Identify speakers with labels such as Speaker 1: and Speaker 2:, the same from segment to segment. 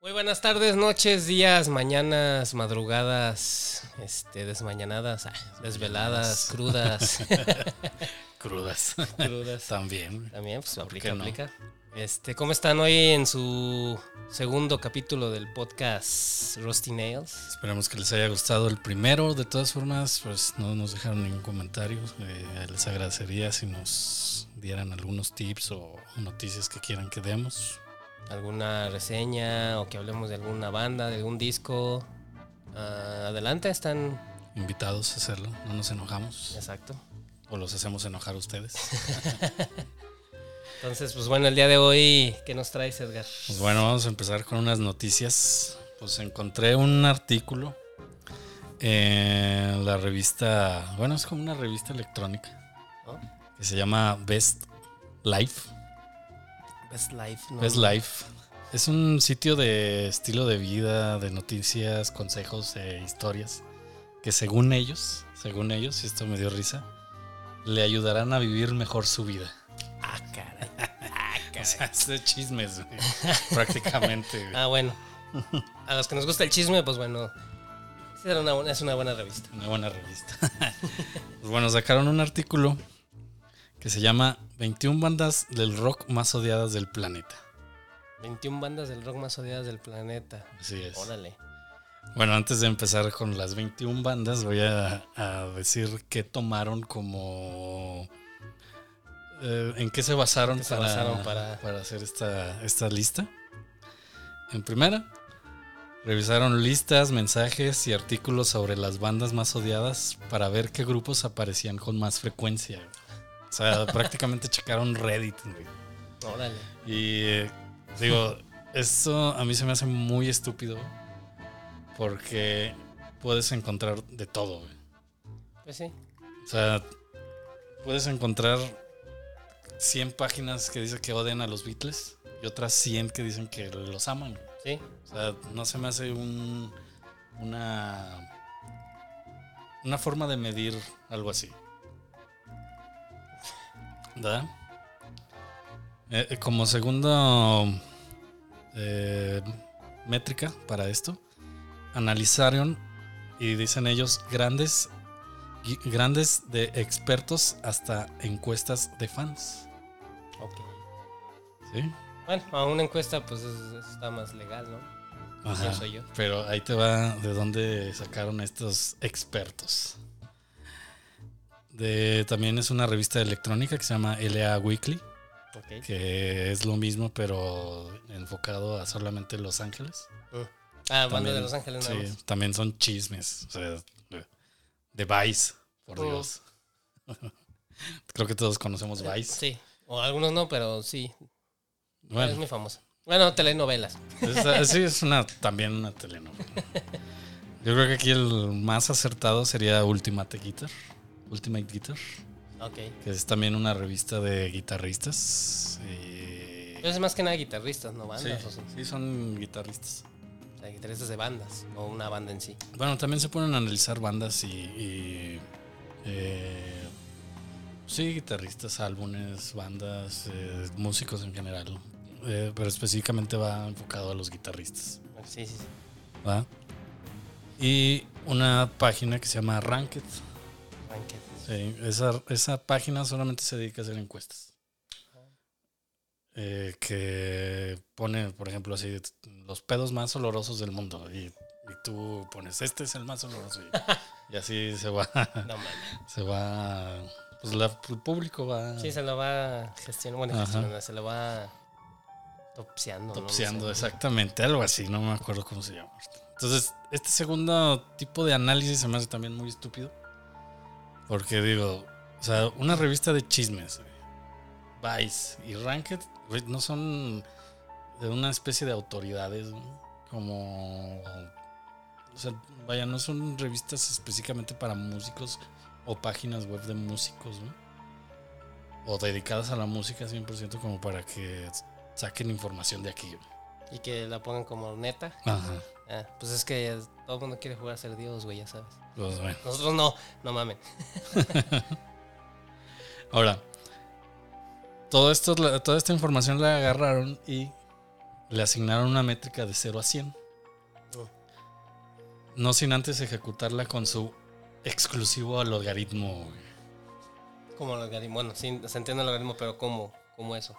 Speaker 1: Buenas tardes, noches, días, mañanas, madrugadas, este, desmañanadas, ah, desveladas, crudas.
Speaker 2: Crudas.
Speaker 1: crudas.
Speaker 2: También.
Speaker 1: También, pues aplica,
Speaker 2: qué no?
Speaker 1: aplica. Este, ¿cómo están hoy en su segundo capítulo del podcast Rusty Nails?
Speaker 2: Esperemos que les haya gustado el primero. De todas formas, pues no nos dejaron ningún comentario. Eh, les agradecería si nos dieran algunos tips o noticias que quieran que demos.
Speaker 1: ¿Alguna reseña o que hablemos de alguna banda, de algún disco? Ah, adelante, están.
Speaker 2: Invitados a hacerlo. No nos enojamos.
Speaker 1: Exacto.
Speaker 2: O los hacemos enojar a ustedes.
Speaker 1: Entonces, pues bueno, el día de hoy, ¿qué nos traes, Edgar?
Speaker 2: Pues bueno, vamos a empezar con unas noticias. Pues encontré un artículo en la revista, bueno, es como una revista electrónica
Speaker 1: ¿No?
Speaker 2: que se llama Best Life.
Speaker 1: Best Life, ¿no?
Speaker 2: Best Life. Es un sitio de estilo de vida, de noticias, consejos, e historias que según ellos, según ellos, y esto me dio risa, le ayudarán a vivir mejor su vida.
Speaker 1: Ah, caray.
Speaker 2: O sea, es de chismes, güey, prácticamente. güey.
Speaker 1: Ah, bueno. A los que nos gusta el chisme, pues bueno. sí era una buena- es una buena revista.
Speaker 2: Una buena revista. pues bueno, sacaron un artículo que se llama 21 bandas del rock más odiadas del planeta.
Speaker 1: 21 bandas del rock más odiadas del planeta.
Speaker 2: Así es.
Speaker 1: Órale.
Speaker 2: Bueno, antes de empezar con las 21 bandas, voy a, a decir qué tomaron como... eh, ¿En qué se basaron,
Speaker 1: ¿Qué se basaron para-
Speaker 2: para hacer esta, esta lista? En primera, revisaron listas, mensajes y artículos sobre las bandas más odiadas para ver qué grupos aparecían con más frecuencia. O sea, prácticamente checaron Reddit. güey.
Speaker 1: Órale.
Speaker 2: Y eh, digo, esto a mí se me hace muy estúpido porque puedes encontrar de todo. güey.
Speaker 1: Pues sí.
Speaker 2: O sea, puedes encontrar 100 páginas que dicen que odian a los Beatles y otras 100 que dicen que los aman.
Speaker 1: Sí.
Speaker 2: O sea, no se me hace un, una, una forma de medir algo así. ¿Verdad? Eh, eh, como segunda eh, métrica para esto, analizaron y dicen ellos grandes, gui- grandes de expertos hasta encuestas de fans.
Speaker 1: Ok.
Speaker 2: ¿Sí?
Speaker 1: Bueno, a una encuesta, pues es- es- está más legal, ¿no?
Speaker 2: Ajá,
Speaker 1: soy yo.
Speaker 2: Pero ahí te va de dónde sacaron estos expertos. De, también es una revista electrónica que se llama LA Weekly,
Speaker 1: Ok.
Speaker 2: que es lo mismo pero enfocado a solamente Los Ángeles.
Speaker 1: Mm. Ah, banda
Speaker 2: También-
Speaker 1: de Los Ángeles, nada
Speaker 2: sí,
Speaker 1: más.
Speaker 2: también son chismes. O sea, de Vice, por
Speaker 1: Mm.
Speaker 2: Dios. Creo que todos conocemos Vice.
Speaker 1: Eh, Sí. O algunos no, pero sí. Es
Speaker 2: Bueno,
Speaker 1: muy famosa. Bueno, telenovelas.
Speaker 2: es, sí, es una, también una telenovela. Yo creo que aquí el más acertado sería Ultimate Guitar. Ultimate Guitar.
Speaker 1: Ok.
Speaker 2: que es también una revista de guitarristas. y-
Speaker 1: Pero es Pues más que nada guitarristas, no
Speaker 2: Sí,
Speaker 1: bandas. O sí.
Speaker 2: sí, son guitarristas.
Speaker 1: O sea, guitarristas de bandas, o una banda en sí.
Speaker 2: Bueno, también se ponen a analizar bandas y... y, eh, sí, guitarristas, álbumes, bandas, eh, músicos en general. Eh, pero específicamente va enfocado a los guitarristas.
Speaker 1: Sí, sí, sí.
Speaker 2: ¿va? Y una página que se llama Ranked.
Speaker 1: Ranked.
Speaker 2: Sí, esa, esa página solamente se dedica a hacer encuestas. Eh, que pone, por ejemplo, así los pedos más olorosos del mundo. Y, y tú pones, este es el más oloroso. Y, y así se va.
Speaker 1: No mames.
Speaker 2: Se va. Pues la- el público va
Speaker 1: Sí, se lo va gestionando, bueno,
Speaker 2: Ajá.
Speaker 1: gestionando, se lo va topseando. ¿no? No
Speaker 2: topseando,
Speaker 1: sé.
Speaker 2: exactamente, algo así. No me acuerdo cómo se llama. Entonces, este segundo tipo de análisis se me hace también muy estúpido. Porque digo, o sea, una revista de chismes, güey, Vice y Ranked, güey, no son de una especie de autoridades, güey, como... O sea, vaya, no son revistas específicamente para músicos o páginas web de músicos, güey, O dedicadas a la música 100% como para que saquen información de aquí. güey.
Speaker 1: Y que la pongan como neta.
Speaker 2: Ajá.
Speaker 1: Ah, pues es que todo el mundo quiere jugar a ser Dios, güey, ya sabes.
Speaker 2: Pues bueno.
Speaker 1: Nosotros no, no mamen.
Speaker 2: Ahora, todo esto, la- toda esta información la agarraron y le asignaron una métrica de 0 a 100. No sin antes ejecutarla con su exclusivo logaritmo. güey.
Speaker 1: Como el algoritmo. Bueno, sí, se entiende el algoritmo, pero ¿cómo? ¿Cómo eso?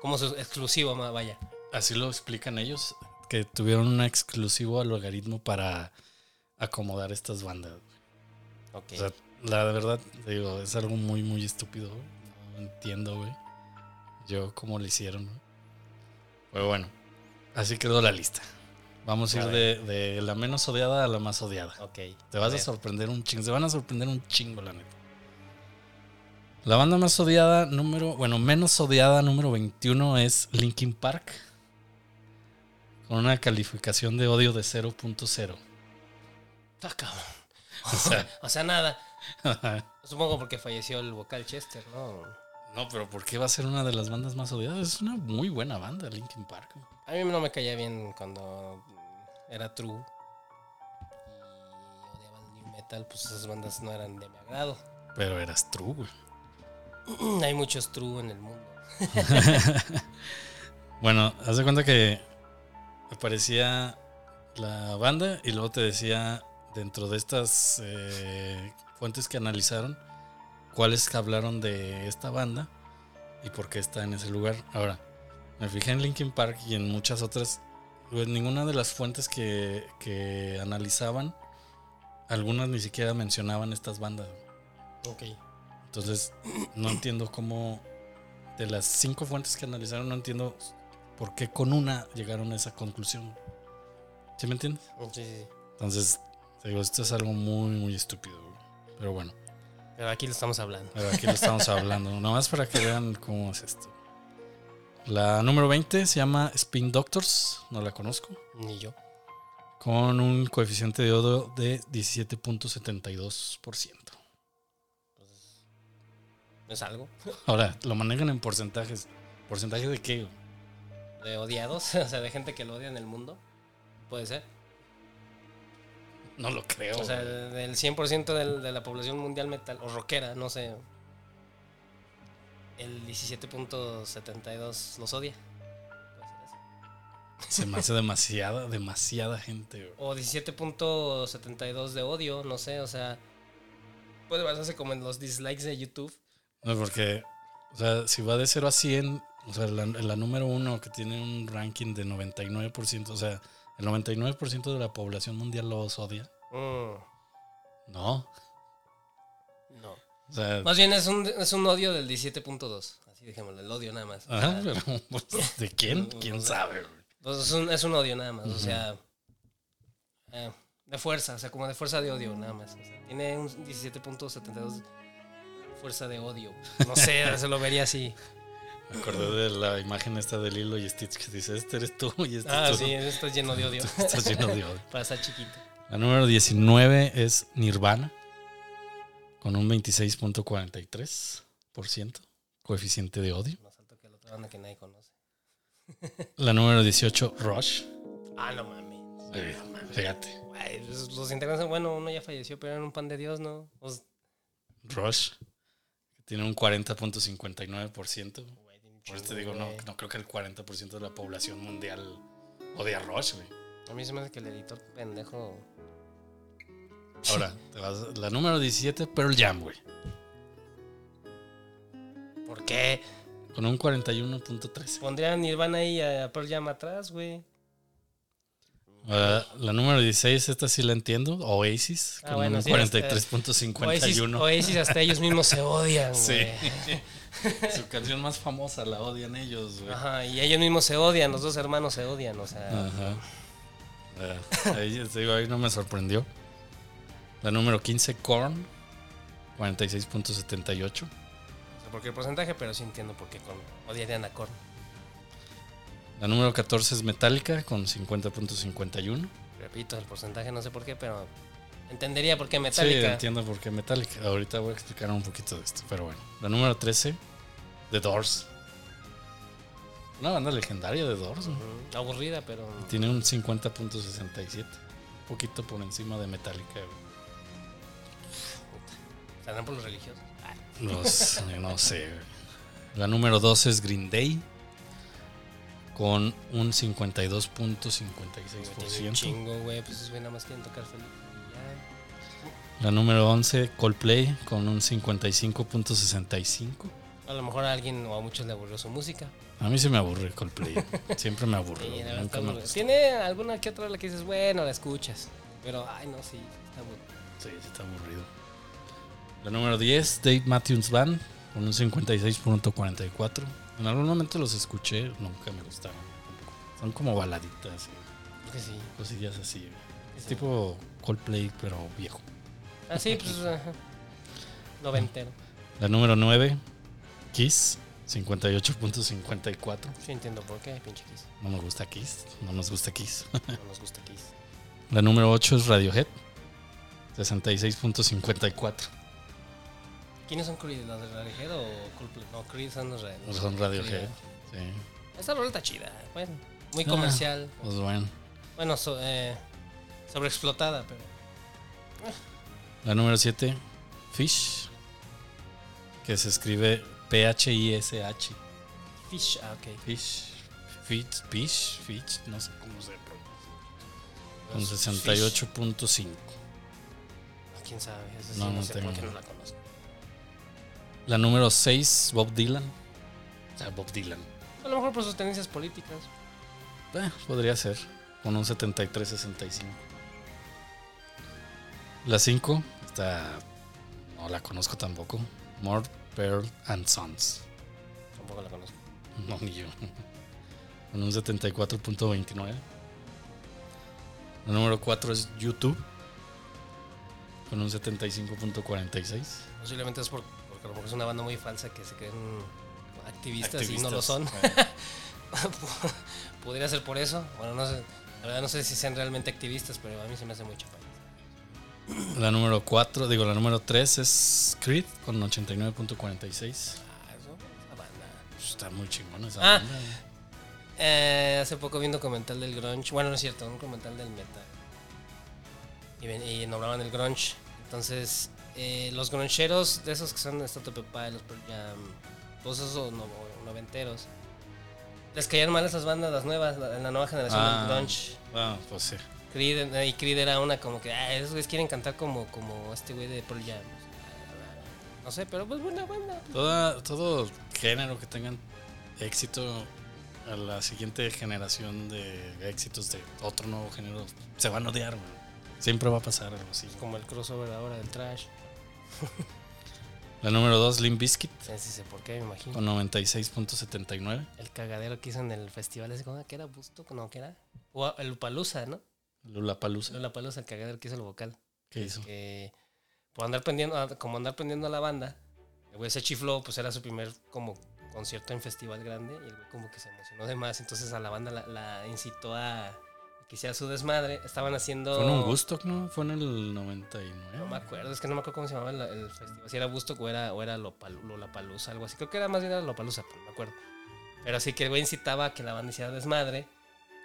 Speaker 1: Como su exclusiva, ma- vaya.
Speaker 2: Así lo explican ellos, que tuvieron un exclusivo logaritmo para acomodar estas bandas.
Speaker 1: Ok.
Speaker 2: O sea, la verdad, te digo, es algo muy, muy estúpido. güey. No entiendo, güey. Yo cómo lo hicieron, güey. Pero bueno, así quedó la lista. Vamos a
Speaker 1: A
Speaker 2: ir de, de la menos odiada a la más odiada.
Speaker 1: ok.
Speaker 2: Te vas a
Speaker 1: ver.
Speaker 2: sorprender un chingo. Se van a sorprender un chingo, la neta. La banda más odiada, número. Bueno, menos odiada, número 21 es Linkin Park. Con una calificación de odio de 0.0.
Speaker 1: Está cabrón.
Speaker 2: O sea,
Speaker 1: O sea, nada. Supongo porque falleció el vocal Chester, ¿no?
Speaker 2: No, pero ¿por qué va a ser una de las bandas más odiadas? Es una muy buena banda, Linkin Park.
Speaker 1: A mí no me caía bien cuando era true. Y odiaba el new metal, pues esas bandas no eran de mi agrado.
Speaker 2: Pero eras true, güey.
Speaker 1: Hay muchos true en el mundo.
Speaker 2: Bueno, haz de cuenta que aparecía la banda y luego te decía dentro de estas eh, fuentes que analizaron cuáles que hablaron de esta banda y por qué está en ese lugar. Ahora, me fijé en Linkin Park y en muchas otras. Pues ninguna de las fuentes que, que analizaban, algunas ni siquiera mencionaban estas bandas.
Speaker 1: Ok.
Speaker 2: Entonces, no entiendo cómo, de las cinco fuentes que analizaron, no entiendo por qué con una llegaron a esa conclusión. ¿Sí me entiendes?
Speaker 1: Sí, sí, sí.
Speaker 2: Entonces, te digo, esto es algo muy, muy estúpido. güey. Pero bueno,
Speaker 1: Pero aquí lo estamos hablando.
Speaker 2: pero aquí lo estamos hablando. Nomás para que vean cómo es esto. La número 20 se llama Spin Doctors, no la conozco,
Speaker 1: Ni yo.
Speaker 2: con un coeficiente de odio de 17.72%.
Speaker 1: ¿Es algo?
Speaker 2: Ahora, lo manejan en porcentajes. ¿Porcentaje de qué? güey?
Speaker 1: ¿De odiados? O sea, de gente que lo odia en el mundo. Puede ser.
Speaker 2: No lo creo.
Speaker 1: O sea,
Speaker 2: güey.
Speaker 1: de- del 100% del- de la población mundial metal o rockera, no sé. El 17.72 los odia. Puede ser eso.
Speaker 2: Se me hace demasiada, demasiada gente. güey.
Speaker 1: O 17.72 de odio, no sé, o sea. Puede basarse como en los dislikes de YouTube.
Speaker 2: No, porque, o sea, si va de 0 a 100, o sea, la, la número uno que tiene un ranking de 99%, o sea, el 99% de la población mundial los odia.
Speaker 1: Mm,
Speaker 2: No.
Speaker 1: no.
Speaker 2: O sea,
Speaker 1: Más bien es un, es un odio del 17.2. Así dejémoslo, el odio nada más. O
Speaker 2: ajá,
Speaker 1: sea,
Speaker 2: pero, pues, ¿de quién?
Speaker 1: No,
Speaker 2: ¿Quién
Speaker 1: no sé.
Speaker 2: sabe? güey?
Speaker 1: pues es, un, es un odio nada más, o
Speaker 2: Ujú.
Speaker 1: sea. eh, de fuerza, o sea, como de fuerza de odio nada más. O sea, tiene un 17.72 fuerza de odio. No sé, se lo vería así.
Speaker 2: Me acordé de la imagen esta de Lilo y Stitch que dice, este eres tú y este
Speaker 1: Ah,
Speaker 2: es tú.
Speaker 1: sí, esto es lleno de odio.
Speaker 2: Estás lleno de odio.
Speaker 1: Para estar chiquito.
Speaker 2: La número 19 es Nirvana, con un 26.43% coeficiente de odio.
Speaker 1: Más alto que la otra banda que nadie conoce.
Speaker 2: La número 18, Rush.
Speaker 1: Ah, no mames.
Speaker 2: Fíjate,
Speaker 1: Ay, pues, los integrantes, bueno, uno ya falleció, pero eran un pan de Dios, ¿no? Pues,
Speaker 2: Rush tiene un 40.59%.
Speaker 1: güey, tiene un
Speaker 2: Por eso te
Speaker 1: chingo,
Speaker 2: digo, no,
Speaker 1: güey.
Speaker 2: no creo que el 40% de la población mundial odia a Rush, güey.
Speaker 1: A mí se me hace que el editor pendejo.
Speaker 2: Ahora, te vas a- la número 17, Pearl Jam, güey.
Speaker 1: ¿Por qué?
Speaker 2: Con un 41.13.
Speaker 1: Pondrían Nirvana ahí a Pearl Jam atrás, güey.
Speaker 2: Ahora, Ah, la número 16, esta sí la entiendo, Oasis,
Speaker 1: Ah,
Speaker 2: con
Speaker 1: bueno,
Speaker 2: un
Speaker 1: sí, Oasis,
Speaker 2: 43.51.
Speaker 1: Oasis hasta ellos mismos se odian,
Speaker 2: Sí.
Speaker 1: güey.
Speaker 2: Su canción más famosa la odian ellos, güey.
Speaker 1: Ajá, y ellos mismos se odian, los dos hermanos se odian, o sea.
Speaker 2: Ajá. Eh, ahí, te digo, ahí no me sorprendió. La número 15, Korn. 46.78.
Speaker 1: no sé por qué el porcentaje, pero sí entiendo por qué con, odiarían a Korn.
Speaker 2: La número 14 es Metallica con 50.51.
Speaker 1: Repito, el porcentaje no sé por qué, pero entendería por qué
Speaker 2: Sí,
Speaker 1: Metallica.
Speaker 2: entiendo por qué Metallica. Ahorita voy a explicar un poquito de esto, pero bueno. La número 13, The Doors. Una banda legendaria de Doors. ¿no?
Speaker 1: Ujú, Aburrida, pero.
Speaker 2: Tiene un 50.67. Un poquito por encima de Metallica. güey.
Speaker 1: Saldrán por los religiosos. Ay.
Speaker 2: Los- no sé. güey. La número 2 es Green Day. con un Pues,
Speaker 1: Tiene un
Speaker 2: 52.56%.
Speaker 1: chingo, güey. Pues esos güey nada más quieren tocar feliz. y ya.
Speaker 2: La número 11, Coldplay, con un 55.65%.
Speaker 1: A lo mejor a alguien o a muchos le aburrió su música.
Speaker 2: A mí se me aburre Coldplay. Siempre me aburre.
Speaker 1: Sí, la verdad
Speaker 2: nunca
Speaker 1: está
Speaker 2: me
Speaker 1: aburrido.
Speaker 2: gusta.
Speaker 1: Tiene alguna que otra la que dices, bueno, la escuchas. Pero, ay, no, sí, está bueno.
Speaker 2: Sí, sí está aburrido. La número 10, Dave Matthews Band, con un 56.44. En algún momento los escuché, nunca me gustaron. Son como baladitas, ¿eh? y
Speaker 1: Creo que sí.
Speaker 2: cosillas así. güey.
Speaker 1: creo que
Speaker 2: Es
Speaker 1: sí.
Speaker 2: tipo Coldplay, pero viejo.
Speaker 1: Ah, sí, pues. ajá. Noventero.
Speaker 2: La número 9, Kiss, 58.54.
Speaker 1: Yo entiendo por qué, pinche Kiss.
Speaker 2: No me gusta Kiss, no nos gusta Kiss.
Speaker 1: No nos gusta Kiss.
Speaker 2: La número 8 es Radiohead, 66.54.
Speaker 1: ¿Quiénes son Creed? ¿Los de Radiohead o Coldplay? No, Creed son los Radiohead.
Speaker 2: Pues Son Radiohead, sí.
Speaker 1: Esa rola está chida, bueno, muy
Speaker 2: Ah.
Speaker 1: comercial.
Speaker 2: Pues bueno.
Speaker 1: Bueno, so- eh, sobreexplotada, pero.
Speaker 2: La número 7, Fish, que se escribe P-H-I-S-H.
Speaker 1: Fish, ah, ok.
Speaker 2: Fish, Fish, Fish, Fish, no sé cómo se pronuncia. Con
Speaker 1: Los
Speaker 2: 68.5.
Speaker 1: Fish, ¿Quién sabe? Esa sí
Speaker 2: No,
Speaker 1: no,
Speaker 2: no
Speaker 1: sé
Speaker 2: tengo.
Speaker 1: por qué no la conozco.
Speaker 2: La número 6, Bob Dylan. O
Speaker 1: Ah,
Speaker 2: sea, Bob Dylan.
Speaker 1: A lo mejor por sus tendencias políticas.
Speaker 2: Eh, podría ser, con un 73.65. La 5, está. No la conozco tampoco. More Pearl and Sons.
Speaker 1: Tampoco la conozco.
Speaker 2: No, ni yo. Con un 74.29. La número 4 es YouTube. Con un 75.46.
Speaker 1: Posiblemente es por- porque a lo mejor es una banda muy falsa que se creen activistas, y no
Speaker 2: Activistas.
Speaker 1: lo son. Podría ser por eso. Bueno, no sé. La verdad no sé si sean realmente activistas, pero a mí se me hace muy chapa.
Speaker 2: La número 4, digo, la número 3 es Creed con 89.46.
Speaker 1: Ah, eso, esa banda.
Speaker 2: Pues, Está muy chingona esa
Speaker 1: Ah.
Speaker 2: banda.
Speaker 1: Eh, hace poco vi un documental del grunge. Bueno, no es cierto, un documental del metal. Y, ven- y nombraban el grunge. Entonces, eh, los gruncheros, de esos que son Estatua Pepa, los Pearl Jam, todos esos no- noventeros, les caían mal esas bandas, las nuevas, la, la nueva generación
Speaker 2: Ah.
Speaker 1: del grunge.
Speaker 2: Ah, pues sí.
Speaker 1: Creed, eh, y Creed era una como que, ah, esos güeyes quieren cantar como, como este güey de Pearl Jam. No sé, pero pues buena banda.
Speaker 2: Toda- todo género que tengan éxito a la siguiente generación de éxitos de otro nuevo género se van a odiar, güey. Siempre va a pasar algo así.
Speaker 1: Como el crossover ahora del trash.
Speaker 2: La número 2, Limp Bizkit,
Speaker 1: No sé por qué, me imagino.
Speaker 2: con 96.79.
Speaker 1: El cagadero que hizo en el festival ese, ¿cómo era? ¿Qué era? ¿Busto? No, ¿qué era? O el Palusa, ¿no?
Speaker 2: Lula Palusa,
Speaker 1: La Palusa, el cagadero que hizo el vocal.
Speaker 2: ¿qué hizo?
Speaker 1: Que por andar prendiendo, ah, como andar prendiendo a la banda, el güey se chifló, pues era su primer como concierto en festival grande y el güey como que se emocionó de más. Entonces a la banda la, la incitó a que hiciera su desmadre. Estaban haciendo.
Speaker 2: Fue en un gusto, ¿no? Fue en el
Speaker 1: No me
Speaker 2: 99.
Speaker 1: acuerdo, es que no me acuerdo cómo se llamaba el, el festival. Si era Busto o era, o era Lopalu- Lollapalooza, algo así. Creo que era más bien era Lollapalooza, pero no me acuerdo. Pero así que el güey incitaba a que la banda hiciera desmadre.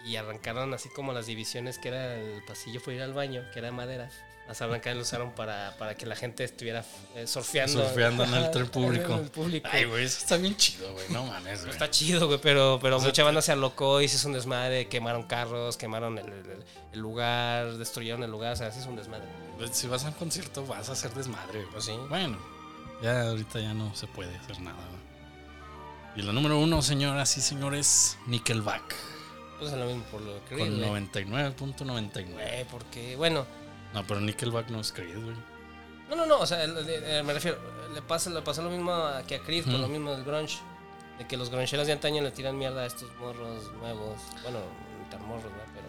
Speaker 1: Y arrancaron así como las divisiones que era el pasillo para ir al baño, que era de madera. Las arrancaron y lo usaron para, para que la gente estuviera eh, surfeando.
Speaker 2: Surfeando en el
Speaker 1: Ajá,
Speaker 2: tren público.
Speaker 1: en el público.
Speaker 2: Ay, güey, eso está bien chido, güey. No mames, güey.
Speaker 1: Está chido, güey, pero, pero
Speaker 2: O sea,
Speaker 1: mucha banda se alocó y se hizo un desmadre. Quemaron carros, quemaron el, el- el lugar, destruyeron el lugar. O sea, se hizo un desmadre.
Speaker 2: Pues, Si vas a un concierto, vas a hacer desmadre, güey.
Speaker 1: Pues sí.
Speaker 2: Bueno, ya ahorita ya no se puede hacer nada. güey. Y la número uno, señoras y señores, Nickelback.
Speaker 1: Pues lo mismo por lo que
Speaker 2: Con
Speaker 1: güey.
Speaker 2: 99.99.
Speaker 1: Güey, porque, bueno,
Speaker 2: No, pero Nickelback no es creído, güey.
Speaker 1: no, no, no, o sea, el- el- el- me refiero, le pasa, le pasó lo mismo a- que a Creed, con
Speaker 2: Ujú.
Speaker 1: lo mismo del grunge, de que los gruncheros de antaño le tiran mierda a estos morros nuevos, bueno, ni tan morros, ¿verdad? pero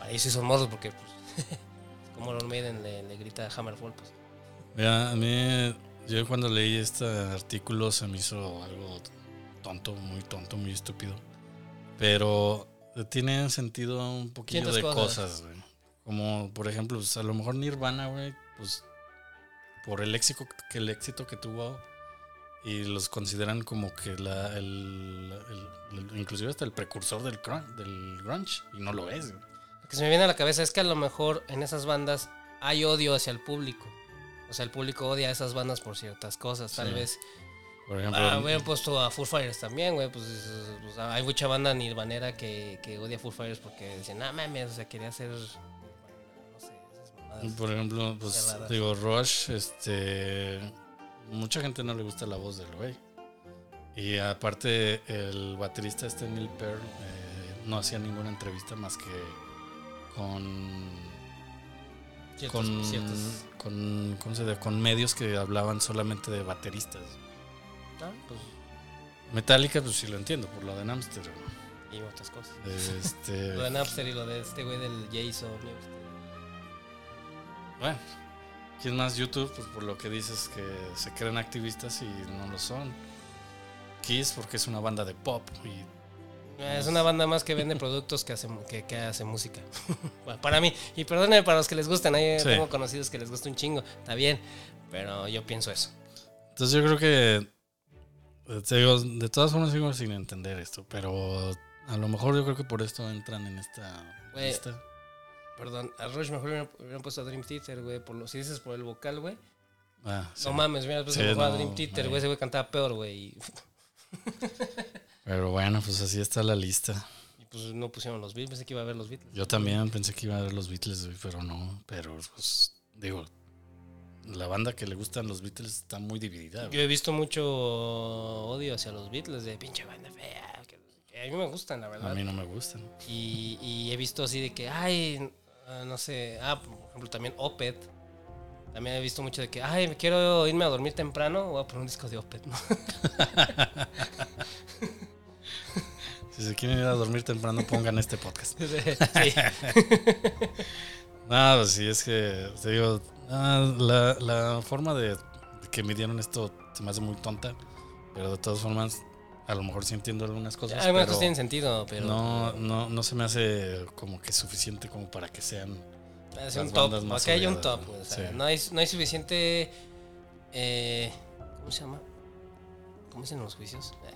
Speaker 1: para ellos sí son morros porque, pues, como Iron Maiden le, le grita a Hammerfall, pues,
Speaker 2: Mira, a mí, yo cuando leí este artículo se me hizo algo tonto, muy tonto, muy estúpido. Pero tiene sentido un poquillo
Speaker 1: Ciertas
Speaker 2: de
Speaker 1: cosas.
Speaker 2: cosas, güey. Como, por ejemplo, pues, a lo mejor Nirvana, güey, pues por el éxito que, el éxito que tuvo y los consideran como que la, el, el- el- inclusive hasta el precursor del, crun- del grunge y no lo es, güey.
Speaker 1: Lo que se me viene a la cabeza es que a lo mejor en esas bandas hay odio hacia el público. O sea, el público odia a esas bandas por ciertas cosas. Tal
Speaker 2: Sí.
Speaker 1: vez
Speaker 2: Por ejemplo,
Speaker 1: Ah, hubieran puesto a Foo Fighters también, güey. Pues, es- pues, hay mucha banda nirvanera que, que odia Foo Fighters porque dicen, no mames, o sea, quería hacer. No sé, esas mamadas.
Speaker 2: por ejemplo, pues
Speaker 1: Cerradas.
Speaker 2: digo, Rush, este. Mucha gente no le gusta la voz del güey. Y aparte, el baterista este Neil Peart eh, no hacía ninguna entrevista más que con
Speaker 1: Ciertos-
Speaker 2: con,
Speaker 1: ciertos-
Speaker 2: con, ¿cómo se dice? con medios que hablaban solamente de bateristas.
Speaker 1: Ah, pues,
Speaker 2: Metallica, pues sí lo entiendo, por lo de Napster. ¿no?
Speaker 1: y otras cosas.
Speaker 2: Este,
Speaker 1: Lo de Napster y lo de este güey del Jason. y este-
Speaker 2: bueno, ¿quién más? YouTube, pues por lo que dices que se creen activistas y no lo son. Kiss, porque es una banda de pop. Y,
Speaker 1: Eh, Es una banda más que vende productos que hace, mu- que, que hace música. Bueno, para mí, y perdónenme para los que les gustan, hay
Speaker 2: Sí.
Speaker 1: tengo conocidos que les gusta un chingo, está bien, pero yo pienso eso.
Speaker 2: entonces yo creo que. eh, te digo, de todas formas sigo sin entender esto, pero a lo mejor yo creo que por esto entran en esta
Speaker 1: Güey,
Speaker 2: lista.
Speaker 1: Perdón, a Rush mejor hubieran, hubieran puesto a Dream Theater, güey, por lo, si dices por el vocal, güey.
Speaker 2: Ah, sí.
Speaker 1: No mames, mira, pues
Speaker 2: Sí,
Speaker 1: mejor a
Speaker 2: no,
Speaker 1: Dream Theater,
Speaker 2: ahí.
Speaker 1: güey, ese güey cantaba peor, güey, y,
Speaker 2: Pero bueno, pues así está la lista.
Speaker 1: y, pues no pusieron los Beatles, pensé que iba a ver los Beatles.
Speaker 2: Yo también pensé que iba a ver los Beatles, güey, pero no. Pero, pues, digo, la banda que le gustan los Beatles está muy dividida.
Speaker 1: Yo
Speaker 2: güey.
Speaker 1: he visto mucho odio hacia los Beatles, de pinche banda fea, que, que a mí me gustan, la verdad.
Speaker 2: A mí no me gustan.
Speaker 1: Y, y he visto así de que, ay, ah, no sé, ah, por ejemplo, también Opet. También he visto mucho de que, ay, me quiero irme a dormir temprano, voy a poner un disco de Opet, ¿no?
Speaker 2: Si se quieren ir a dormir temprano, pongan este podcast.
Speaker 1: sí.
Speaker 2: No, pues sí, es que, te digo, ah, la, la forma de que me dieron esto se me hace muy tonta. Pero de todas formas, a lo mejor sí entiendo algunas cosas.
Speaker 1: Algunas
Speaker 2: pero
Speaker 1: cosas tienen sentido, pero...
Speaker 2: no, no, no se me hace como que suficiente como para que sean
Speaker 1: Es
Speaker 2: Las
Speaker 1: un top.
Speaker 2: bandas más
Speaker 1: Acá hay un
Speaker 2: odiadas,
Speaker 1: top.
Speaker 2: ¿no?
Speaker 1: o sea,
Speaker 2: Sí.
Speaker 1: no, hay, no hay suficiente. eh, ¿Cómo se llama? ¿Cómo se llaman los juicios? Eh,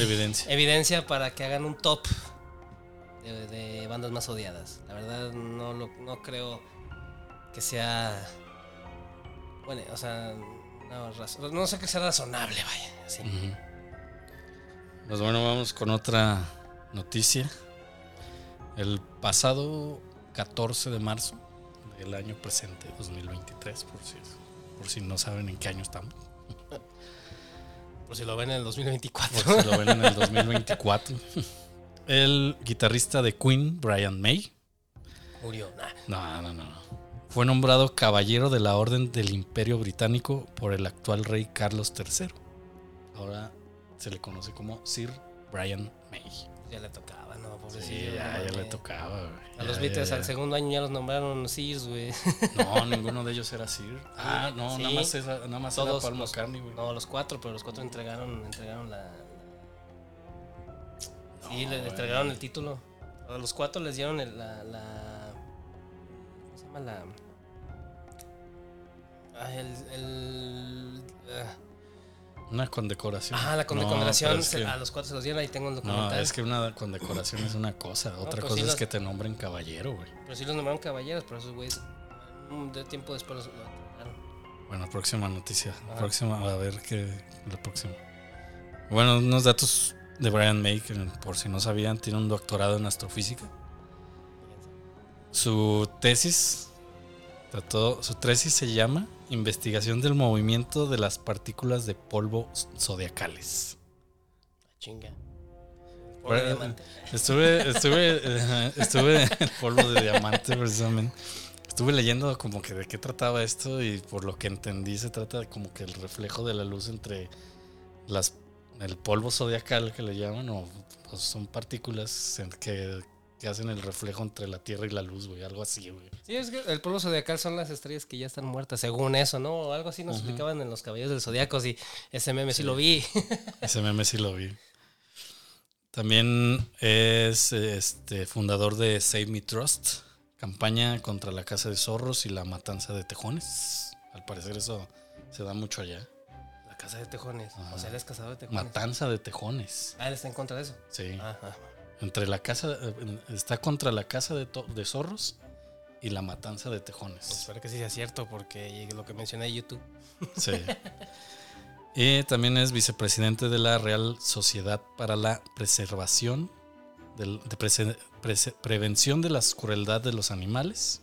Speaker 2: evidencia.
Speaker 1: Evidencia para que hagan un top de, de bandas más odiadas. La verdad, no, lo, no creo que sea. Bueno, o sea, no, raz- no sé que sea razonable, vaya. así.
Speaker 2: Ujú. Pues bueno, vamos con otra noticia. El pasado 14 de marzo del año presente, 2023, por si, por si no saben en qué año estamos,
Speaker 1: Por si lo ven en el 2024.
Speaker 2: por si lo ven en el 2024. El guitarrista de Queen, Brian May,
Speaker 1: Murió. nah.
Speaker 2: no, no, no, no, fue nombrado caballero de la Orden del Imperio Británico por el actual rey Carlos III. Ahora se le conoce como Sir Brian May.
Speaker 1: Ya le tocaba, no, pobrecillo.
Speaker 2: Sí, ya,
Speaker 1: no
Speaker 2: ya le
Speaker 1: mames.
Speaker 2: tocaba, güey.
Speaker 1: A
Speaker 2: Ya,
Speaker 1: los
Speaker 2: ya,
Speaker 1: Beatles
Speaker 2: ya.
Speaker 1: al segundo año ya los nombraron Sears, güey.
Speaker 2: No, ninguno de ellos era Sir. Ah, no,
Speaker 1: Sí.
Speaker 2: nada más, era, nada más
Speaker 1: Todos
Speaker 2: era Paul
Speaker 1: los-
Speaker 2: McCartney, güey.
Speaker 1: No, los cuatro, pero los cuatro entregaron, entregaron la. Sí,
Speaker 2: No,
Speaker 1: le
Speaker 2: güey.
Speaker 1: entregaron el título. A los cuatro les dieron el- la, la. ¿Cómo se llama la.? Ah, el. el- ah,
Speaker 2: Una condecoración.
Speaker 1: ah, la
Speaker 2: No,
Speaker 1: condecoración.
Speaker 2: pero es
Speaker 1: se-
Speaker 2: que-
Speaker 1: a los cuatro se los dieron, ahí tengo el
Speaker 2: No,
Speaker 1: documental.
Speaker 2: es que una condecoración es una cosa. Otra
Speaker 1: pues
Speaker 2: cosa
Speaker 1: sí
Speaker 2: es
Speaker 1: las-
Speaker 2: que te nombren caballero, güey.
Speaker 1: Pero sí los nombraron caballeros, pero esos güeyes. un de tiempo después los los entregaron.
Speaker 2: Bueno, próxima noticia.
Speaker 1: Ajá.
Speaker 2: Próxima, a ver qué. La próxima. Bueno, unos datos de Brian May, que por si no sabían, tiene un doctorado en astrofísica. Su tesis trató, su tesis se llama Investigación del movimiento de las partículas de polvo zodiacales.
Speaker 1: Chinga. Pobre
Speaker 2: Bueno,
Speaker 1: diamante.
Speaker 2: Estuve, estuve, eh, estuve en el polvo de diamante precisamente. Estuve leyendo como que de qué trataba esto y por lo que entendí se trata de como que el reflejo de la luz entre las el polvo zodiacal que le llaman o pues, son partículas en que, que hacen el reflejo entre la Tierra y la luz, güey, algo así, güey.
Speaker 1: Sí, es que el pueblo zodiacal son las estrellas que ya están muertas, según eso, ¿no? O algo así nos
Speaker 2: Ujú.
Speaker 1: explicaban en los caballeros del zodiaco. Sí, ese meme sí,
Speaker 2: Sí.
Speaker 1: lo vi.
Speaker 2: Ese meme sí lo vi. También es este fundador de Save Me Trust, campaña contra la caza de zorros y la matanza de tejones. Al parecer eso se da mucho allá.
Speaker 1: La casa de tejones.
Speaker 2: Ajá.
Speaker 1: O sea, él es cazador de tejones.
Speaker 2: Matanza de tejones.
Speaker 1: Ah, él está en contra de eso.
Speaker 2: Sí.
Speaker 1: Ajá.
Speaker 2: Entre la casa eh, está contra la caza de, to- de zorros y la matanza de
Speaker 1: Pues
Speaker 2: tejones.
Speaker 1: espero que sí sea cierto, porque lo que mencioné de YouTube.
Speaker 2: Sí. Y también es vicepresidente de la Real Sociedad para la Preservación, del- de Prese- Prese- Prevención de la Crueldad de los Animales.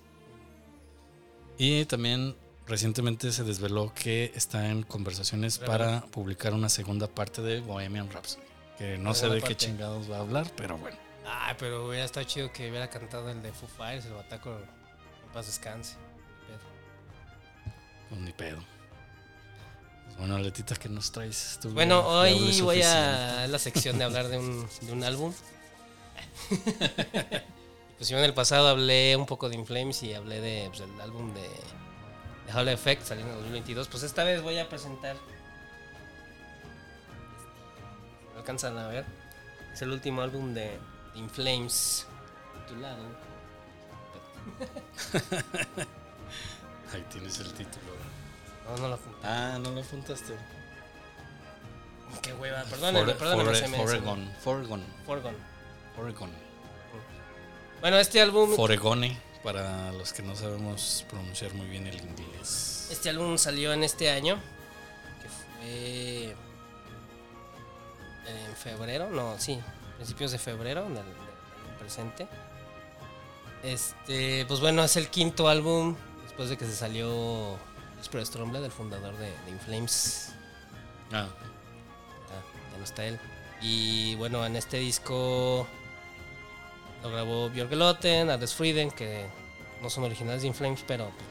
Speaker 2: Y también recientemente se desveló que está en conversaciones para publicar una segunda parte de Bohemian Rhapsody. Que no sé
Speaker 1: Segunda
Speaker 2: de qué
Speaker 1: parte.
Speaker 2: chingados va a hablar, pero bueno.
Speaker 1: Ah, pero hubiera estado chido que hubiera cantado el de Foo Fighters, el Bataco. En paz descanse. Pero-
Speaker 2: Pues ni pedo. Pues bueno, Letita, que nos traes? Tú
Speaker 1: Bueno,
Speaker 2: ya- ya
Speaker 1: hoy
Speaker 2: hables
Speaker 1: voy
Speaker 2: oficialmente.
Speaker 1: a la sección de hablar de un, de un álbum. pues yo en el pasado hablé un poco de Inflames y hablé de, pues, el álbum de, de Halo Effect saliendo en 2022. Pues esta vez voy a presentar. ¿Lo alcanzan a ver? Es el último álbum de Inflames titulado.
Speaker 2: Ahí tienes el título.
Speaker 1: No, no lo apunté.
Speaker 2: Ah, no lo apuntaste.
Speaker 1: Qué hueva, perdónenme, perdónenme. se me- se me-
Speaker 2: Foregón. Foregón.
Speaker 1: Forgone.
Speaker 2: Foregón.
Speaker 1: Bueno, este álbum,
Speaker 2: Foregone, para los que no sabemos pronunciar muy bien el inglés.
Speaker 1: este álbum salió en este año, que fue eh, en febrero, no, sí, principios de febrero del, del presente. Este, pues bueno, es el quinto álbum después de que se salió Luis Stromble, del fundador de, de Inflames.
Speaker 2: Ah,
Speaker 1: Ah, ya no está él. Y bueno, en este disco lo grabó Björk Lotten, Anders Frieden, que no son originales de Inflames, pero pues,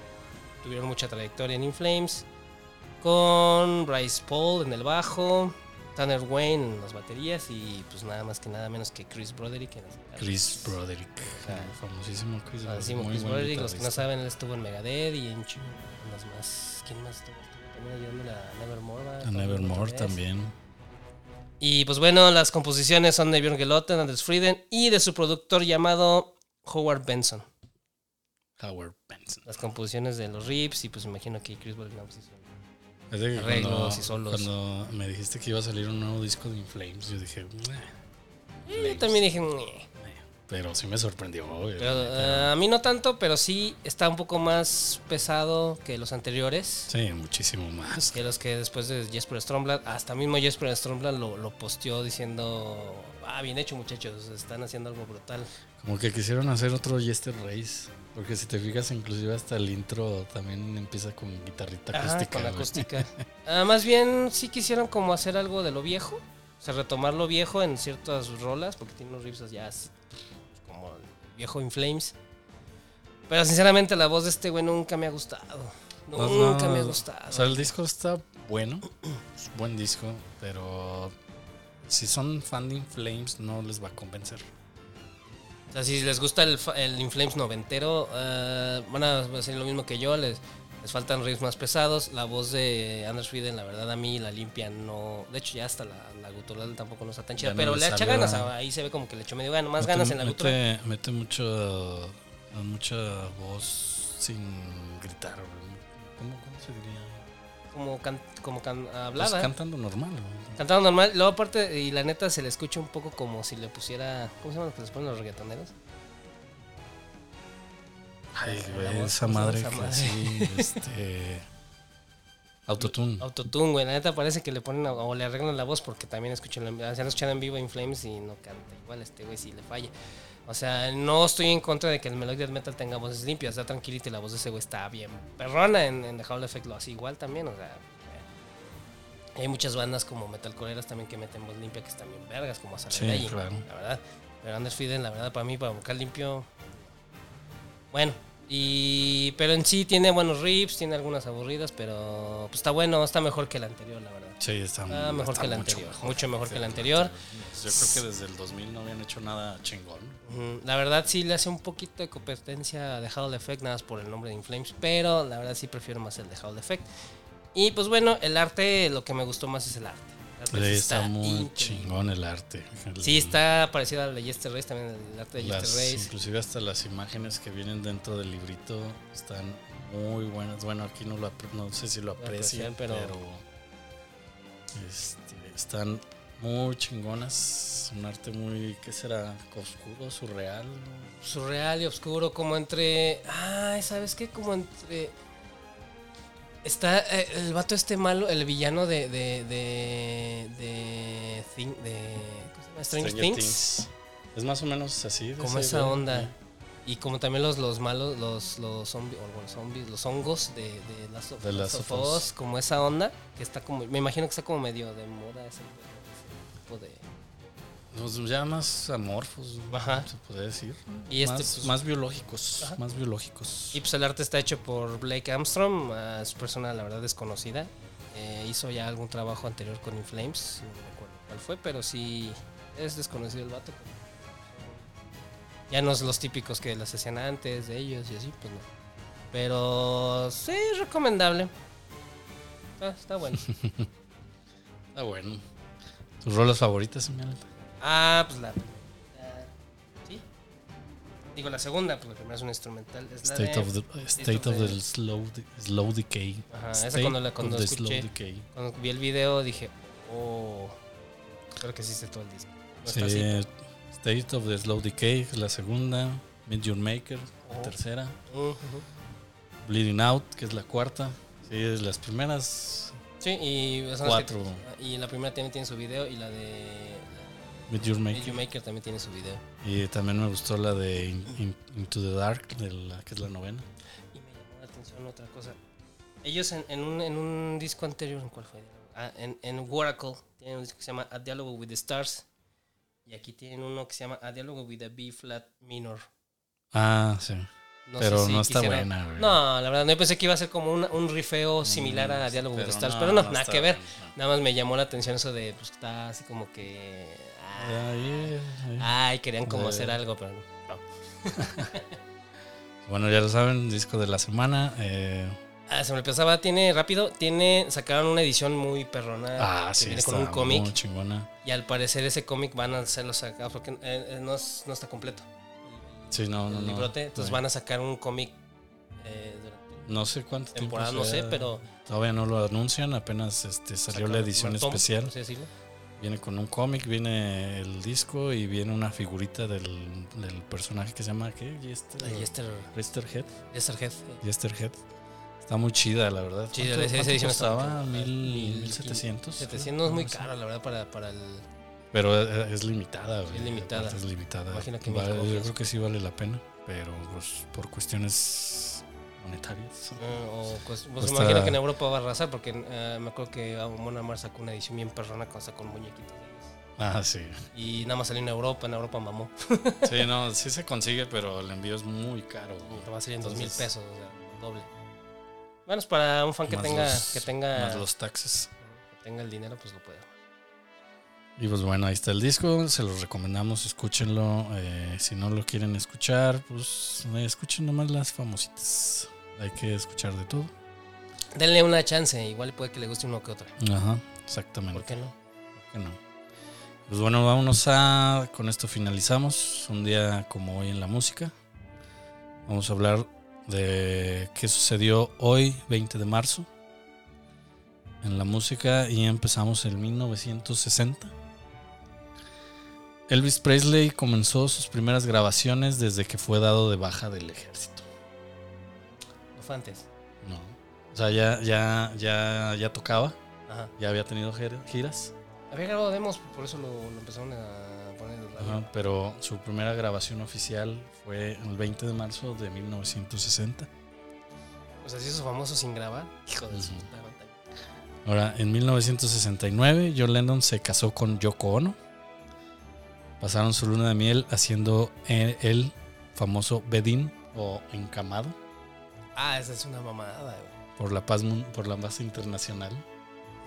Speaker 1: tuvieron mucha trayectoria en Inflames. Con Bryce Paul en el bajo, Tanner Wayne en las baterías y pues nada más que nada menos que Chris Broderick en las guitarras.
Speaker 2: Chris Broderick.
Speaker 1: Ajá.
Speaker 2: el Famosísimo Chris
Speaker 1: Ah,
Speaker 2: Broderick.
Speaker 1: decimos Ah.
Speaker 2: muy
Speaker 1: Chris
Speaker 2: buen
Speaker 1: Broderick, los que no
Speaker 2: guitarrista.
Speaker 1: saben, él estuvo en Megadeth y en chingo, unas más. ¿Quién más estuvo? Estuvo También ayudándole a Nevermore. ¿verdad?
Speaker 2: A Nevermore
Speaker 1: Otra vez.
Speaker 2: también.
Speaker 1: Y pues bueno, las composiciones son de Björn Gelotten, Anders Frieden y de su productor llamado Howard Benson.
Speaker 2: Howard Benson.
Speaker 1: Las composiciones de los riffs y pues me imagino que Chris Baldwin pues, hizo.
Speaker 2: Es de que
Speaker 1: Arreglos
Speaker 2: cuando,
Speaker 1: y solos.
Speaker 2: cuando me dijiste que iba a salir un nuevo disco de Inflames, yo dije, "Meh".
Speaker 1: Eh, Yo también dije, "Meh".
Speaker 2: pero sí me sorprendió. güey,
Speaker 1: Pero,
Speaker 2: la neta.
Speaker 1: eh, a mí no tanto, pero sí está un poco más pesado que los anteriores.
Speaker 2: sí, muchísimo más.
Speaker 1: Que los que después de Jesper Stromblad, hasta mismo Jesper Stromblad lo, lo posteó diciendo, ah, bien hecho muchachos, están haciendo algo brutal.
Speaker 2: Como que quisieron hacer otro Jester Race. Porque si te fijas, inclusive hasta el intro también empieza con guitarrita
Speaker 1: Ajá,
Speaker 2: acústica.
Speaker 1: con
Speaker 2: güey.
Speaker 1: acústica. Ah, más bien sí quisieron como hacer algo de lo viejo. O sea, retomar lo viejo en ciertas rolas, porque tiene unos riffs ya así, pues, como el viejo In Flames. Pero sinceramente la voz de este güey nunca me ha gustado.
Speaker 2: No,
Speaker 1: Nunca
Speaker 2: Pues no,
Speaker 1: me ha gustado.
Speaker 2: O sea, el disco está bueno. Es buen disco. Pero si son fan de Flames, no les va a convencer.
Speaker 1: O sea, si les gusta el, fa- el Inflames noventero, eh, van a hacer lo mismo que yo. Les, les faltan riffs más pesados. La voz de Anders Frieden, la verdad, a mí la limpia no. De hecho, ya hasta la, la gutural tampoco no está tan chida.
Speaker 2: Ya no
Speaker 1: pero
Speaker 2: le
Speaker 1: le echa
Speaker 2: salió
Speaker 1: ganas.
Speaker 2: la-
Speaker 1: Ahí se ve como que le echó medio ganas. Más
Speaker 2: Mete-
Speaker 1: ganas en la gutural.
Speaker 2: Mete, mete mucho, mucha voz sin gritar. güey. ¿Cómo, cómo se diría?
Speaker 1: Como, can- como can-
Speaker 2: Pues
Speaker 1: hablada.
Speaker 2: cantando normal. güey.
Speaker 1: Cantando normal. Luego, aparte, y la neta, se le escucha un poco como si le pusiera. ¿Cómo se llaman los que les ponen los reggaetoneros?
Speaker 2: Ay,
Speaker 1: La
Speaker 2: güey,
Speaker 1: voz,
Speaker 2: esa
Speaker 1: esa
Speaker 2: madre
Speaker 1: madre.
Speaker 2: que así, este... Autotune.
Speaker 1: Autotune, güey. La neta parece que le ponen a- o le arreglan la voz porque también escuchan, la- se han escuchado en vivo en Flames y no canta igual este güey si le falla. O sea, no estoy en contra de que el melodic death metal tenga voces limpias. Da tranquility, la voz de ese güey está bien perrona. En, en The Howl Effect lo hace igual también, o sea. eh, Hay muchas bandas como metalcoreras también que meten voz limpia que están bien vergas, como
Speaker 2: Sí,
Speaker 1: Azalea
Speaker 2: claro.
Speaker 1: la verdad. Pero Anders Frieden, la verdad, para mí, para vocal limpio, bueno, y pero en sí tiene buenos riffs, tiene algunas aburridas, pero pues, está bueno, está mejor que el anterior, la verdad.
Speaker 2: Sí, está
Speaker 1: Ah, mejor
Speaker 2: Mm, está
Speaker 1: que el
Speaker 2: mucho
Speaker 1: anterior, mucho mejor que el anterior.
Speaker 2: Yo creo que desde el 2000 no habían hecho nada chingón.
Speaker 1: Ujú, Mm, La verdad sí le hace un poquito de competencia a The Howl Effect, nada más por el nombre de Inflames, pero la verdad sí prefiero más el The Howl Effect. Y pues bueno, el arte, lo que me gustó más es el arte. El arte sí
Speaker 2: está, muy
Speaker 1: Pues increíble.
Speaker 2: chingón el arte. El-
Speaker 1: Sí, está parecido al de Jester Race, también el arte de
Speaker 2: las-
Speaker 1: Jester Race.
Speaker 2: Inclusive hasta las imágenes que vienen dentro del librito están muy buenas. Bueno, aquí no, lo, apre- no sé si lo
Speaker 1: Lo aprecian,
Speaker 2: aprecian,
Speaker 1: pero-
Speaker 2: pero, este, están muy chingonas. Un arte muy, ¿qué será? Oscuro, surreal. ¿no?
Speaker 1: surreal y oscuro, como entre. Ay, ¿sabes qué? Como entre. Está eh, el vato este malo, el villano de. de. de. de. Thing- de- ¿cómo se llama? Strange,
Speaker 2: Stranger
Speaker 1: Things.
Speaker 2: Things. Es más o menos así. de
Speaker 1: Como
Speaker 2: ese
Speaker 1: esa
Speaker 2: güey.
Speaker 1: onda. Y como también los, los malos, los, los zombies, o bueno, zombies, los hongos de, de Last of,
Speaker 2: De Last
Speaker 1: Last
Speaker 2: of
Speaker 1: of
Speaker 2: Us.
Speaker 1: Us, como esa onda, que está como, me imagino que está como medio de moda ese, ese tipo de...
Speaker 2: Los ya más amorfos,
Speaker 1: Ajá.
Speaker 2: se podría decir.
Speaker 1: Y este,
Speaker 2: más,
Speaker 1: pues,
Speaker 2: más biológicos.
Speaker 1: Ajá.
Speaker 2: Más biológicos.
Speaker 1: Y pues el arte está hecho por Blake Armstrong, ah, es persona la verdad desconocida. Eh, hizo ya algún trabajo anterior con Inflames, no recuerdo cuál fue, pero sí es desconocido el vato. Ya no es los típicos que las hacían antes de ellos y así, pues no. Pero sí, es recomendable. Ah, está bueno. pues,
Speaker 2: Ah, bueno. ¿Tus rolas favoritas, señal?
Speaker 1: Ah, pues la. la- ¿Sí? Digo la segunda, porque la primera es una instrumental. Es la
Speaker 2: State
Speaker 1: de-
Speaker 2: of the, State of
Speaker 1: of
Speaker 2: the
Speaker 1: the-
Speaker 2: slow, slow Decay.
Speaker 1: Ajá, esa
Speaker 2: State
Speaker 1: cuando la-
Speaker 2: of
Speaker 1: cuando
Speaker 2: the
Speaker 1: escuché.
Speaker 2: Slow Decay.
Speaker 1: Cuando vi el video dije, oh, creo que sí se todo el disco. No
Speaker 2: Sí,
Speaker 1: está así.
Speaker 2: State of the Slow Decay es la segunda. Meet Your Maker,
Speaker 1: Oh.
Speaker 2: la tercera.
Speaker 1: Ujú.
Speaker 2: Bleeding Out, que es la cuarta. Sí, es las primeras.
Speaker 1: Sí, y son las que-
Speaker 2: Cuatro.
Speaker 1: y la primera también tiene su video y la de
Speaker 2: Meet Your
Speaker 1: Maker.
Speaker 2: Maker.
Speaker 1: Maker también tiene su video.
Speaker 2: Y también me gustó la de In- In- Into the Dark, de la- que es la novena.
Speaker 1: Y me llamó la atención otra cosa. Ellos en, en un, en un disco anterior, ¿en cuál fue? Ah, en, en Oracle, tienen un disco que se llama A Dialogue with the Stars. Y aquí tienen uno que se llama A Dialogue with the B flat minor.
Speaker 2: Ah, sí.
Speaker 1: No sé
Speaker 2: pero
Speaker 1: si
Speaker 2: no está
Speaker 1: quisieran-
Speaker 2: buena, güey.
Speaker 1: No, la verdad, no, yo pensé que iba a ser como un, un rifeo
Speaker 2: Mm,
Speaker 1: similar a Diálogo with the Stars, pero no, nada
Speaker 2: está
Speaker 1: que ver.
Speaker 2: buena.
Speaker 1: Nada más me llamó la atención eso de, pues está así como que. ah,
Speaker 2: Ah, yeah, yeah.
Speaker 1: Ay, querían como
Speaker 2: Eh.
Speaker 1: hacer algo, pero no.
Speaker 2: Bueno, ya lo saben, disco de la semana. eh,
Speaker 1: Ah, se me pasaba, tiene rápido, tiene, sacaron una edición muy perrona
Speaker 2: ah,
Speaker 1: que
Speaker 2: sí,
Speaker 1: viene
Speaker 2: está
Speaker 1: con un
Speaker 2: muy
Speaker 1: cómic
Speaker 2: chingona.
Speaker 1: y al parecer ese cómic van a hacerlo sacar porque eh, eh, no, es- no está completo
Speaker 2: Sí, no,
Speaker 1: el
Speaker 2: no, no.
Speaker 1: librote, entonces
Speaker 2: Sí.
Speaker 1: van a sacar un cómic eh, durante
Speaker 2: No sé cuánto
Speaker 1: la temporada,
Speaker 2: tiempo
Speaker 1: no sé,
Speaker 2: sea.
Speaker 1: pero...
Speaker 2: Todavía no lo anuncian, apenas este, salió
Speaker 1: sacaron
Speaker 2: la edición
Speaker 1: un tomo,
Speaker 2: especial.
Speaker 1: por así decirlo.
Speaker 2: Viene con un cómic, viene el disco y viene una figurita del, del personaje que se llama ¿qué? Jester,
Speaker 1: Ahí está este, el-
Speaker 2: Jesterhead.
Speaker 1: Lester Head, eh.
Speaker 2: Jesterhead. Está muy chida, la verdad.
Speaker 1: Sí,
Speaker 2: ¿Cuánto-
Speaker 1: esa
Speaker 2: cuánto
Speaker 1: edición está
Speaker 2: costaba?
Speaker 1: muy cara.
Speaker 2: Mil-
Speaker 1: Mil-
Speaker 2: 1700.
Speaker 1: 700 es muy
Speaker 2: No sé.
Speaker 1: caro, la verdad, para, para el. eh,
Speaker 2: Pero eh, es, es limitada, güey.
Speaker 1: Es limitada.
Speaker 2: Aparte Es limitada.
Speaker 1: Imagino que
Speaker 2: Vale,
Speaker 1: mil copias.
Speaker 2: yo creo que sí vale la pena, pero pues por cuestiones monetarias.
Speaker 1: eh, o cos- pues,
Speaker 2: Cuesta-
Speaker 1: me imagino que en Europa va a arrasar, porque eh, me acuerdo que ah, Mona Mar sacó una edición bien perrona con, sacó muñequitos de ellos.
Speaker 2: Ah, sí.
Speaker 1: Y nada más salió en Europa, en Europa mamó.
Speaker 2: Sí, no, sí se consigue, pero el envío es muy caro. güey.
Speaker 1: Te va a salir en dos mil
Speaker 2: Entonces,
Speaker 1: pesos, o sea, doble. Bueno, es para un fan que
Speaker 2: más
Speaker 1: tenga,
Speaker 2: los-
Speaker 1: que tenga.
Speaker 2: Más los taxes.
Speaker 1: que tenga el dinero, pues lo puede.
Speaker 2: Y pues bueno, ahí está el disco, se los recomendamos, escúchenlo. eh, si no lo quieren escuchar, pues eh, escuchen nomás las famositas. Hay que escuchar de todo.
Speaker 1: Denle una chance, igual puede que le guste uno que otra.
Speaker 2: Ajá, exactamente.
Speaker 1: ¿Por qué no?
Speaker 2: ¿Por qué no? Pues bueno, vámonos a... Con esto finalizamos, un día como hoy en la música. Vamos a hablar de qué sucedió hoy, 20 de marzo, en la música y empezamos en 1960. Elvis Presley comenzó sus primeras grabaciones desde que fue dado de baja del ejército.
Speaker 1: No fue antes.
Speaker 2: No. O sea, ya, ya, ya, ya tocaba,
Speaker 1: Ajá.
Speaker 2: ya había tenido gir- giras.
Speaker 1: Había grabado demos, por eso lo, lo empezaron a poner en el radio.
Speaker 2: Ajá, pero su primera grabación oficial fue el 20 de marzo de 1960.
Speaker 1: O sea, si esos famosos sin grabar. Hijo de su
Speaker 2: Ujú.
Speaker 1: puta madre.
Speaker 2: Ahora, en 1969, John Lennon se casó con Yoko Ono. Pasaron su luna de miel haciendo el, el famoso bedín o encamado
Speaker 1: Ah, esa es una mamada, güey.
Speaker 2: por la paz, mun- por la paz internacional.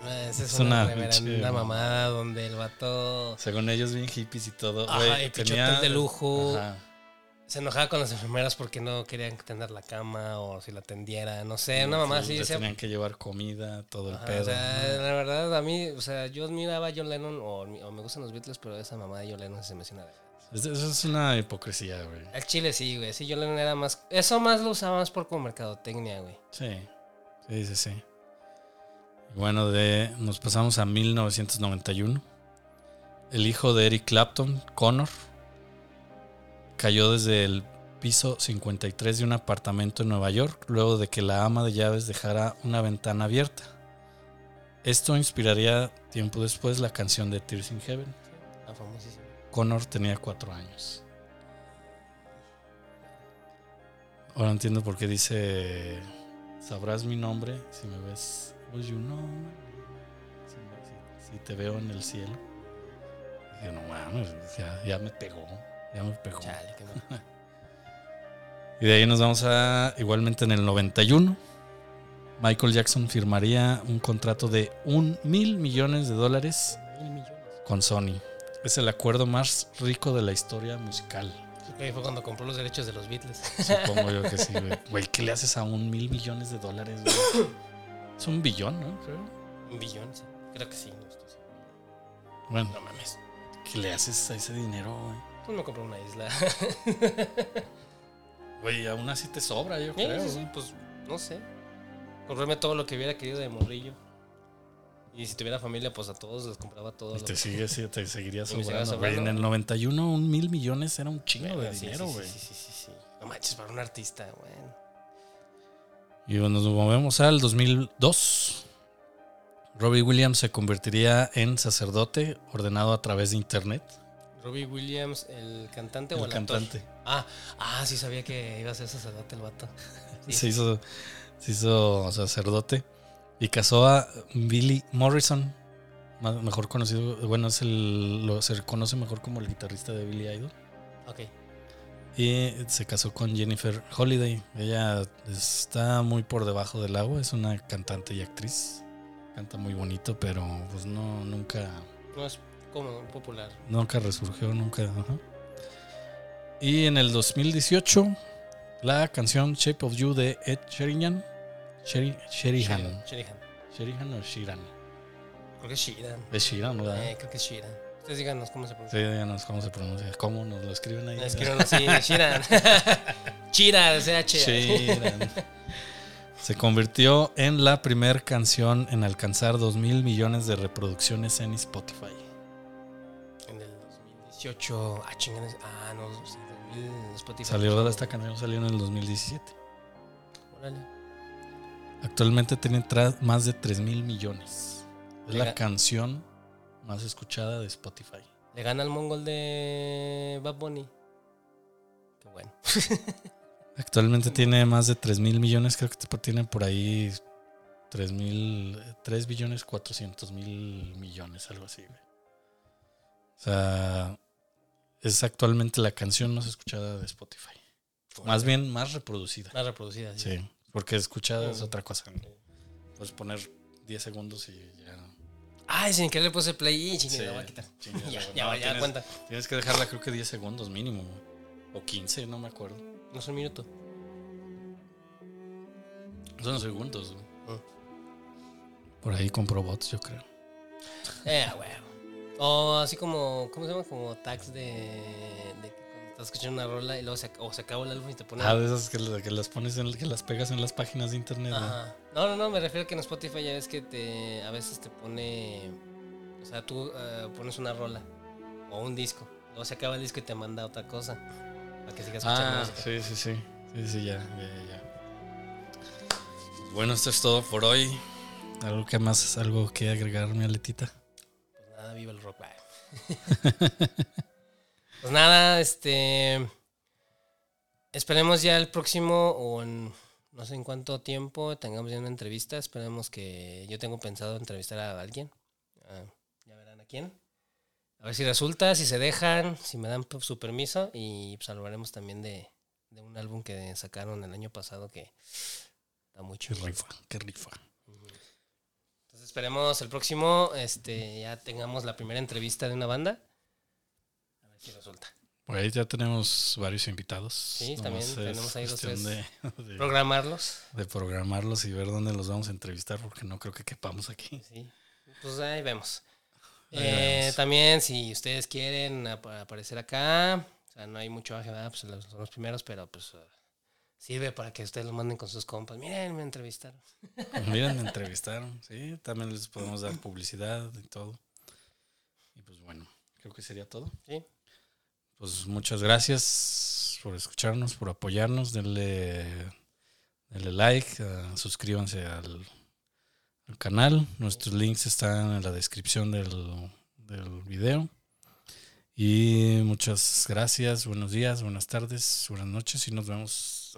Speaker 1: Ah, Esa es,
Speaker 2: Es
Speaker 1: una,
Speaker 2: una
Speaker 1: reverenda
Speaker 2: pinche-
Speaker 1: mamada donde el vato
Speaker 2: Según ellos, bien hippies y todo.
Speaker 1: Ajá,
Speaker 2: Güey,
Speaker 1: y pinche hotel de lujo.
Speaker 2: Ajá.
Speaker 1: se enojaba con las enfermeras porque no querían tener la cama o si la atendiera, no sé, una mamada así.
Speaker 2: Le
Speaker 1: o sea,
Speaker 2: tenían que llevar comida, todo el
Speaker 1: ajá,
Speaker 2: pedo.
Speaker 1: o sea, la verdad, a mí, o sea, yo admiraba a John Lennon o, o me gustan los Beatles, pero esa mamada de John Lennon se me hace una verga.
Speaker 2: Es- Eso es una hipocresía, güey.
Speaker 1: Al chile sí, güey. Sí, John Lennon era más. Eso más lo usaba más por como mercadotecnia, güey.
Speaker 2: Sí, sí, sí, sí. Y Bueno, de, nos pasamos a 1991. El hijo de Eric Clapton, Connor, cayó desde el piso 53 de un apartamento en Nueva York luego de que la ama de llaves dejara una ventana abierta. Esto inspiraría tiempo después la canción de Tears in Heaven.
Speaker 1: La famosísima.
Speaker 2: Connor tenía cuatro años. Ahora entiendo por qué dice, sabrás mi nombre si me ves, Will you know my name? si, me- si- si te veo en el cielo. Dije, no mames, ya, ya me pegó, ya me pegó.
Speaker 1: Chale, qué mal.
Speaker 2: Y de ahí nos vamos a, igualmente en el 91, Michael Jackson firmaría un contrato de un mil millones de dólares
Speaker 1: Mil millones.
Speaker 2: con Sony. Es el acuerdo más rico de la historia musical.
Speaker 1: Ahí fue cuando compró los derechos de los Beatles.
Speaker 2: Supongo yo que sí, güey. Güey, ¿qué le haces a un mil millones de dólares, güey? Es un billón, ¿no? Creo.
Speaker 1: Un billón, sí. Creo que sí. no estoy seguro.
Speaker 2: Bueno,
Speaker 1: No mames.
Speaker 2: ¿qué le haces a ese dinero, güey?
Speaker 1: Pues me compró una isla.
Speaker 2: Güey, aún así te sobra, yo
Speaker 1: Sí,
Speaker 2: creo.
Speaker 1: sí, sí,
Speaker 2: güey.
Speaker 1: pues no sé. Comprarme todo lo que hubiera querido de morrillo. Y si tuviera familia, pues a todos les compraba todo.
Speaker 2: Y
Speaker 1: lo
Speaker 2: te
Speaker 1: que-
Speaker 2: sigue, sí, te seguiría
Speaker 1: Y me seguía
Speaker 2: sobrando. güey. En
Speaker 1: sobrando.
Speaker 2: el 91, un mil millones era un chingo de
Speaker 1: Verga, sí,
Speaker 2: dinero,
Speaker 1: sí, sí,
Speaker 2: güey.
Speaker 1: Sí, sí, sí, sí. No manches, para un artista, bueno.
Speaker 2: Y bueno, nos movemos al 2002. Robbie Williams se convertiría en sacerdote ordenado a través de internet.
Speaker 1: Robbie Williams, el cantante o
Speaker 2: El
Speaker 1: el
Speaker 2: cantante.
Speaker 1: actor. Ah, ah, sí sabía que iba a ser sacerdote el vato. Sí.
Speaker 2: Se, hizo, se hizo sacerdote y casó a Billy Morrison, ma- mejor conocido, bueno, es el, lo, se conoce mejor como el guitarrista de Billy Idol.
Speaker 1: Ok.
Speaker 2: Y se casó con Jennifer Holiday. Ella está muy por debajo del agua, es una cantante y actriz. Canta muy bonito, pero pues no, nunca
Speaker 1: No es como popular.
Speaker 2: Nunca resurgió, nunca. ajá. Y en el 2018, la canción Shape of You de Ed Sheridan. Sheri- Sheridan.
Speaker 1: Sheridan.
Speaker 2: Sheridan o Shiran.
Speaker 1: Creo que es Sheeran.
Speaker 2: Es Shiran, ¿verdad?
Speaker 1: Eh, creo que es Sheeran. Ustedes díganos cómo se
Speaker 2: Sí,
Speaker 1: pronuncia.
Speaker 2: díganos cómo se pronuncia. ¿Cómo nos lo escriben ahí?
Speaker 1: Escriban así, Sheeran. Chira, o sea, Chira.
Speaker 2: Sheeran. Se convirtió en la primer canción en alcanzar 2 mil millones de reproducciones en Spotify.
Speaker 1: En el 2018. Ah, chingados. Ah, no, sí, 2000, Spotify.
Speaker 2: Salió esta canción, salió en el 2017.
Speaker 1: Órale.
Speaker 2: Actualmente tiene tra- más de 3 mil millones. Es la
Speaker 1: Mira.
Speaker 2: canción más escuchada de Spotify.
Speaker 1: Le gana al mongol de Bad Bunny. Qué bueno.
Speaker 2: Actualmente tiene más de 3 mil millones. Creo que tipo tiene por ahí 3 mil, 3 billones 400 mil millones, algo así. güey. O sea, es actualmente la canción más escuchada de Spotify. Más bien, más reproducida.
Speaker 1: Más reproducida. Sí.
Speaker 2: Sí, porque escuchada es
Speaker 1: Ujú.
Speaker 2: otra cosa. ¿no? Puedes poner 10 segundos y ya.
Speaker 1: Ay, sin querer le puse play y chingue,
Speaker 2: Sí,
Speaker 1: la voy a quitar.
Speaker 2: chinga,
Speaker 1: Ya,
Speaker 2: no,
Speaker 1: ya, ya,
Speaker 2: tienes-
Speaker 1: cuenta.
Speaker 2: Tienes que dejarla creo que 10 segundos mínimo. güey. O 15, no me acuerdo.
Speaker 1: No es un minuto.
Speaker 2: Son segundos. güey.
Speaker 1: Ah.
Speaker 2: Por ahí compro bots, yo creo.
Speaker 1: Eh, huevo. O así como, ¿cómo se llama? Como tags de, de que cuando estás escuchando una rola y luego se, ac- o se acabó el álbum y te pone.
Speaker 2: Ah, de esas que, la- que las pones en, que las pegas en las páginas de internet. ¿no?
Speaker 1: Ajá. No, no, no, me refiero a que en Spotify ya ves que te a veces te pone. O sea, tú eh, pones una rola o un disco. Luego se acaba el disco y te manda otra cosa. Para que sigas escuchando
Speaker 2: Ah,
Speaker 1: música.
Speaker 2: sí, sí, sí. Sí, sí, ya, ya, ya, ya. Bueno, esto es todo por hoy. Algo que más, algo que agregar, mi aletita.
Speaker 1: Pues nada, viva el rock. bye. pues nada, este. Esperemos ya el próximo o en no sé en cuánto tiempo tengamos ya una entrevista. Esperemos que yo tengo pensado entrevistar a alguien. Ah, ya verán a quién. A ver si resulta, si se dejan, si me dan pues, su permiso. Y pues hablaremos también de, de un álbum que sacaron el año pasado que está muy
Speaker 2: Qué
Speaker 1: chido.
Speaker 2: rifa, qué rifa.
Speaker 1: Entonces esperemos el próximo, este, ya tengamos la primera entrevista de una banda. A ver si resulta.
Speaker 2: Por ahí ya tenemos varios invitados.
Speaker 1: Sí, también tenemos ahí dos, tres.
Speaker 2: cuestión de- de-
Speaker 1: Programarlos.
Speaker 2: de programarlos y ver dónde los vamos a entrevistar porque no creo que quepamos aquí.
Speaker 1: Sí. Pues ahí vemos.
Speaker 2: Ahí
Speaker 1: Eh,
Speaker 2: vemos.
Speaker 1: También si ustedes quieren ap- aparecer acá, o sea, no hay mucho baje, ¿verdad? pues los- son los primeros, pero pues eh, sirve para que ustedes los manden con sus compas. Miren, me entrevistaron.
Speaker 2: Miren, Pues me entrevistaron, sí, también les podemos dar publicidad y todo. Y pues bueno, creo que sería todo.
Speaker 1: Sí.
Speaker 2: Pues muchas gracias por escucharnos, por apoyarnos. Denle, denle like, eh, suscríbanse al, al canal. Nuestros links están en la descripción del, del video. Y muchas gracias, buenos días, buenas tardes, buenas noches y nos vemos